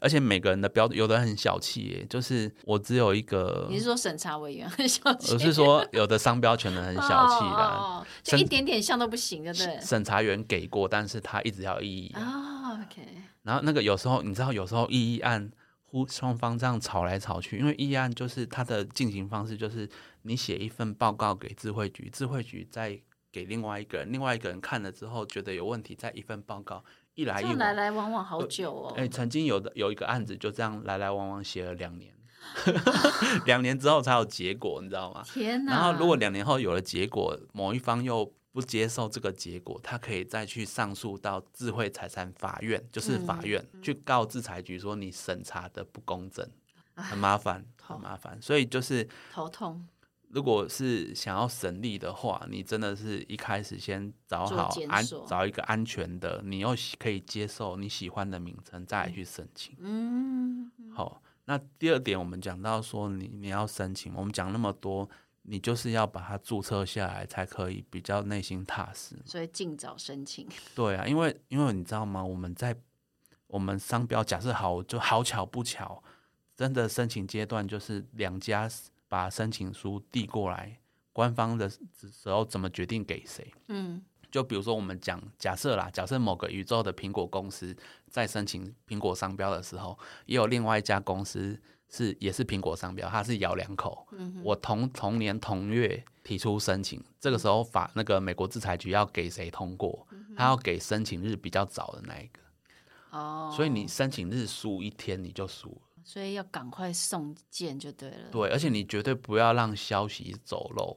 S1: 而且每个人的标准，有的很小气耶，就是我只有一个
S2: 你，是说审查委员 很小气？
S1: 我是说有的商标权人很小气啦，
S2: 哦哦哦就
S1: 甚
S2: 一点点像都不行，对不对？
S1: 审查员给过，但是他一直要异议啊、
S2: 啊，OK，
S1: 然后那个有时候你知道，有时候异议案互双方这样吵来吵去，因为异议案就是它的进行方式就是你写一份报告给智慧局，智慧局再给另外一个人，另外一个人看了之后觉得有问题，再一份报告一来
S2: 这
S1: 一
S2: 样来
S1: 往。
S2: 来往往好久哦。
S1: 哎，曾经有的有一个案子就这样来来往往写了两年， 两年之后才有结果，你知道吗？
S2: 天哪！
S1: 然后如果两年后有了结果，某一方又不接受这个结果，他可以再去上诉到智慧财产法院，就是
S2: 嗯
S1: 法院、去告制裁局说你审查的不公正，很麻烦，很麻烦。所以就是
S2: 头痛，
S1: 如果是想要省力的话，你真的是一开始先找
S2: 做
S1: 好
S2: 检
S1: 安
S2: 索
S1: 找一个安全的，你又喜可以接受你喜欢的名称，再来去申请。
S2: 嗯，
S1: 好，那第二点我们讲到说你你要申请，我们讲那么多，你就是要把它注册下来，才可以比较内心踏实。
S2: 所以尽早申请。
S1: 对啊，因为因为你知道吗？我们在我们商标假设好，就好巧不巧，真的申请阶段就是两家把申请书递过来，官方的时候怎么决定给谁？
S2: 嗯，
S1: 就比如说我们讲假设啦，假设某个宇宙的苹果公司在申请苹果商标的时候，也有另外一家公司是也是苹果商标，它是咬两口。我同同年同月提出申请，这个时候法那个美国制裁局要给谁通过？他要给申请日比较早的那一个，
S2: 哦，
S1: 所以你申请日输一天你就输了。
S2: 所以要赶快送件就对 了。
S1: 对，而且你绝对不要让消息走漏。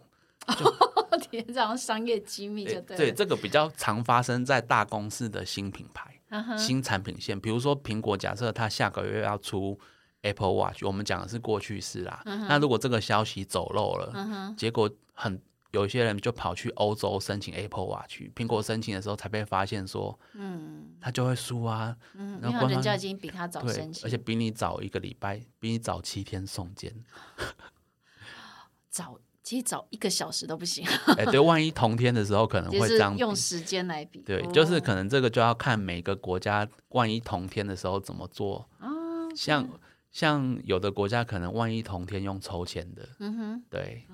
S2: 天，这样商业机密就
S1: 对
S2: 对了。
S1: 这个比较常发生在大公司的新品牌。
S2: 嗯哼
S1: 新产品线，比如说苹果，假设它下个月要出 Apple Watch，我们讲的是过去式啦。
S2: 嗯
S1: 那如果这个消息走漏了，结果很有一些人就跑去欧洲申请 Apple Watch，苹果申请的时候才被发现说，嗯，他就会输啊。
S2: 嗯，
S1: 然
S2: 因
S1: 后
S2: 为
S1: 官
S2: 人
S1: 方
S2: 家已经比他早
S1: 对
S2: 申，请，
S1: 而且比你早一个礼拜，比你早七天送件。
S2: 早其实早一个小时都不行，啊
S1: 哎、对，万一同天的时候可能
S2: 就
S1: 会这
S2: 是
S1: 样比。
S2: 用时间来比。
S1: 对，
S2: 哦
S1: 就是可能这个就要看每个国家，万一同天的时候怎么做。
S2: 哦
S1: 像像有的国家可能万一同天用抽签的，
S2: 嗯哼，
S1: 对，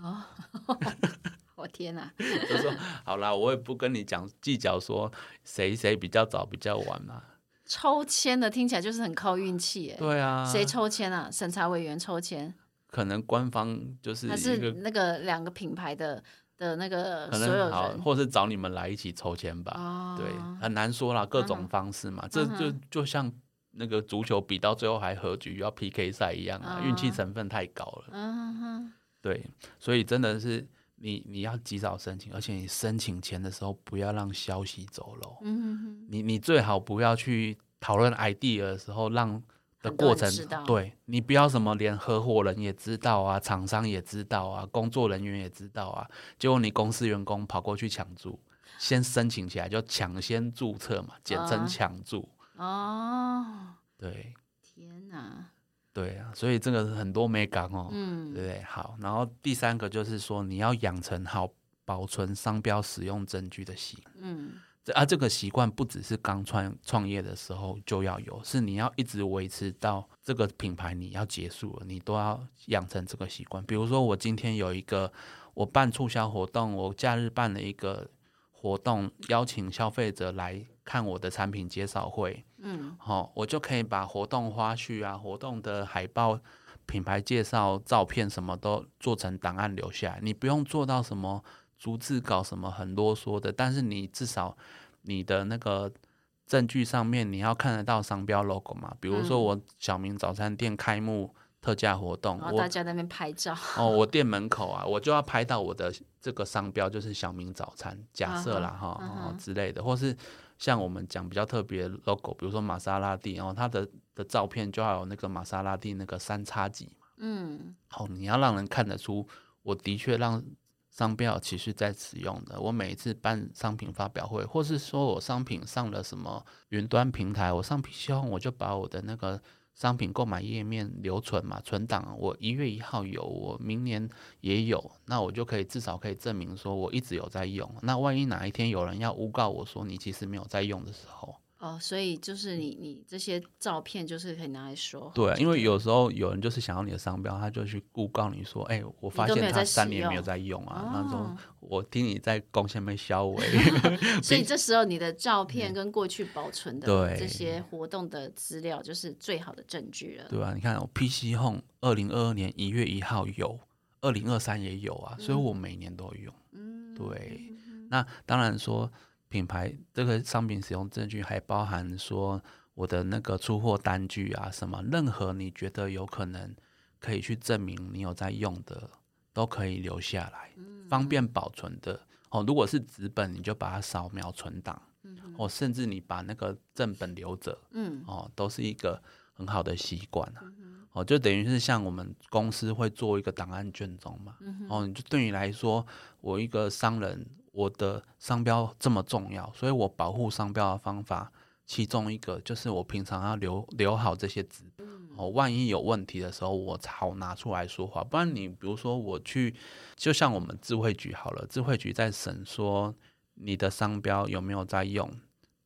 S2: 我哦天哪，
S1: 就说好啦，我也不跟你讲计较说谁谁比较早比较晚嘛。
S2: 抽签的听起来就是很靠运气耶。
S1: 对啊，
S2: 谁抽签啊？审查委员抽签，
S1: 可能官方就是
S2: 还
S1: 一
S2: 是
S1: 个
S2: 那个两个品牌的的那个
S1: 可
S2: 所有
S1: 能好，
S2: 人？
S1: 或是找你们来一起抽签吧。
S2: 哦嗯
S1: 对，很难说啦，各种方式嘛，这就就像那个足球比到最后还和局要 PK 赛一样啊，
S2: 啊
S1: 运气成分太高了。
S2: 嗯哼，
S1: 对，所以真的是你你要及早申请，而且你申请前的时候不要让消息走漏。
S2: 嗯哼哼，
S1: 你你最好不要去讨论 idea 的时候让的
S2: 很多
S1: 过程
S2: 人知道，
S1: 对你不要什么连合伙人也知道啊，厂商也知道啊，工作人员也知道啊，结果你公司员工跑过去抢注，先申请起来就抢先注册嘛，简称
S2: 啊
S1: 抢注。
S2: 哦，
S1: 对
S2: 天哪，
S1: 对啊，所以这个很多美感哦。对不
S2: 嗯，
S1: 对，好，然后第三个就是说，你要养成好保存商标使用证据的习惯。
S2: 嗯，
S1: 这啊，这个习惯不只是刚创创业的时候就要有，是你要一直维持到这个品牌你要结束了，你都要养成这个习惯。比如说，我今天有一个我办促销活动，我假日办了一个活动，邀请消费者来看我的产品介绍会，
S2: 嗯，
S1: 好、我就可以把活动花絮啊、活动的海报、品牌介绍、照片什么都做成档案留下来。你不用做到什么逐字稿什么很啰嗦的，但是你至少你的那个证据上面你要看得到商标 logo 嘛。比如说
S2: 嗯
S1: 我小明早餐店开幕特价活动，
S2: 然后哦大
S1: 我
S2: 家在那边拍照，
S1: 哦我店门口啊，我就要拍到我的这个商标，就是小明早餐，假设啦
S2: 嗯
S1: 哈、
S2: 哼嗯
S1: 哦
S2: 哼
S1: 之类的，或是像我们讲比较特别的 logo，比如说玛莎拉蒂，然、后哦它的的照片就要有那个玛莎拉蒂那个三叉戟嘛，
S2: 嗯，
S1: 好、你要让人看得出我的确让商标其实在使用的。我每一次办商品发表会，或是说我商品上了什么云端平台，我上希望我就把我的那个。商品购买页面留存嘛，存档，我一月一号有，我明年也有，那我就可以至少可以证明说我一直有在用。那万一哪一天有人要诬告我说你其实没有在用的时候，
S2: 哦，所以就是你你这些照片就是可以拿来说，
S1: 对，因为有时候有人就是想要你的商标，他就去诬告你说，哎、我发
S2: 你都没
S1: 现
S2: 有
S1: 他
S2: 在
S1: 三
S2: 使
S1: 年没有
S2: 用
S1: 在用啊，那种
S2: 哦
S1: 我听你在贡献被销毁，
S2: 所以这时候你的照片跟过去保存的
S1: 嗯对
S2: 这些活动的资料，就是最好的证据了。
S1: 对啊吧、你看我 PC Home 二零二二年一月一号有，二零二三也有啊，所以我每年都有用。
S2: 嗯，
S1: 对，那当然说品牌这个商品使用证据还包含说我的那个出货单据啊，什么任何你觉得有可能可以去证明你有在用的，都可以留下来，
S2: 嗯
S1: 方便保存的。哦，如果是纸本，你就把它扫描存档，哦，甚至你把那个正本留着，
S2: 嗯
S1: 哦，都是一个很好的习惯啊。哦，就等于是像我们公司会做一个档案卷宗嘛。哦，你就对你来说，我一个商人，我的商标这么重要，所以我保护商标的方法，其中一个就是我平常要留留好这些纸。哦，万一有问题的时候，我好拿出来说话。不然你比如说我去，就像我们智慧局好了，智慧局在审说你的商标有没有在用，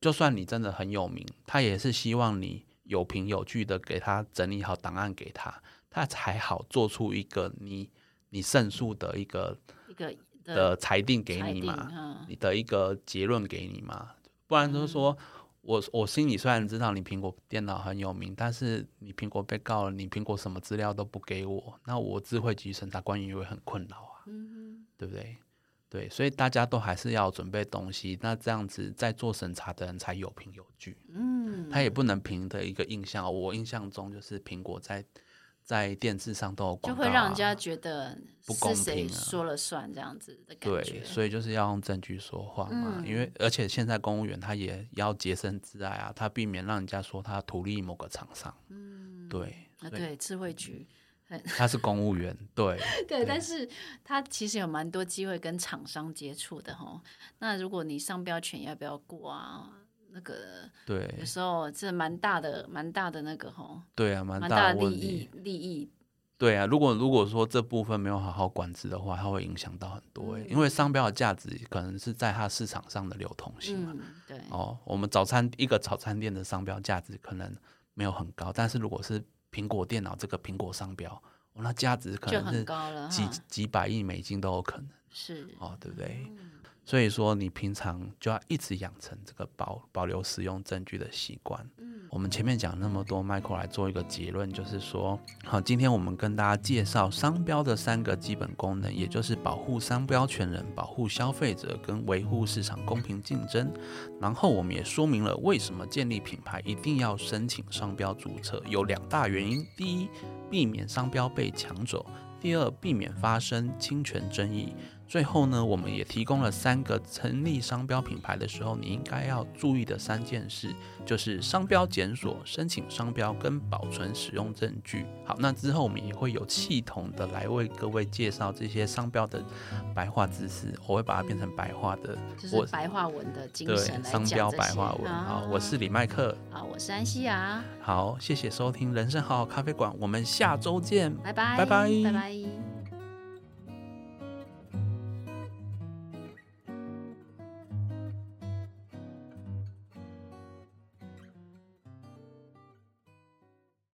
S1: 就算你真的很有名，他也是希望你有凭有据的给他整理好档案给他，他才好做出一个你你胜诉的一个
S2: 一个
S1: 的裁定给
S2: 裁
S1: 你
S2: 定
S1: 嘛，
S2: 嗯
S1: 你的一个结论给你嘛，不然就是说。我我心里虽然知道你苹果电脑很有名，但是你苹果被告了，你苹果什么资料都不给我，那我智慧局审查官也会很困扰啊。
S2: 嗯
S1: 对不对？对，所以大家都还是要准备东西，那这样子在做审查的人才有凭有据，
S2: 哼嗯，
S1: 他也不能凭的一个印象哦。我印象中就是苹果在在电视上都有
S2: 就
S1: 广告、啊，
S2: 会让人家觉得
S1: 不公
S2: 是谁
S1: 平啊
S2: 说了算这样子的感
S1: 对，
S2: 觉。嗯
S1: 所以就是要用证据说话嘛。因为而且现在公务员他也要洁身自爱啊，他避免让人家说他图利某个厂商。嗯，对，
S2: 啊，对，智慧局，
S1: 他是公务员，嗯对，
S2: 对，但是他其实有蛮多机会跟厂商接触的哈。那如果你商标权要不要过啊？那个
S1: 对
S2: 有，时候这蛮大的，蛮大的那个哈，
S1: 对啊，蛮
S2: 蛮
S1: 大
S2: 大
S1: 的
S2: 的
S1: 问
S2: 利
S1: 题
S2: 益。利益
S1: 对啊，如果如果说这部分没有好好管制的话，它会影响到很多、欸，因
S2: 嗯
S1: 为商标的价值可能是在它市场上的流通性嘛。
S2: 嗯，对，
S1: 哦，我们早餐一个早餐店的商标价值可能没有很高，但是如果是苹果电脑这个苹果商标，哦、那价值可
S2: 就
S1: 能
S2: 很
S1: 是
S2: 高了
S1: 几
S2: 哈，
S1: 几百亿美金都有可能
S2: 是，
S1: 哦，对不对？所以说，你平常就要一直养成这个保保留使用证据的习惯。嗯，我们前面讲那么多，Michael 来做一个结论，就是说，好，今天我们跟大家介绍商标的三个基本功能，也就是保护商标权人、保护消费者跟维护市场公平竞争。然后我们也说明了为什么建立品牌一定要申请商标注册，有两大原因：第一，避免商标被抢走；第二，避免发生侵权争议。最后呢，我们也提供了三个成立商标品牌的时候你应该要注意的三件事，就是商标检索、申请商标跟保存使用证据。好，那之后我们也会有系统的来为各位介绍这些商标的白话知识，我会把它变成白话的，
S2: 就是白话文的精
S1: 对
S2: 神来
S1: 商
S2: 讲
S1: 标
S2: 这
S1: 白
S2: 些
S1: 话文。好
S2: 啊，
S1: 我是李麦克。
S2: 好，我是安西啊亚，
S1: 好，谢谢收听人生好好咖啡馆，我们下周见，
S2: 拜拜，
S1: 拜拜
S2: 拜拜。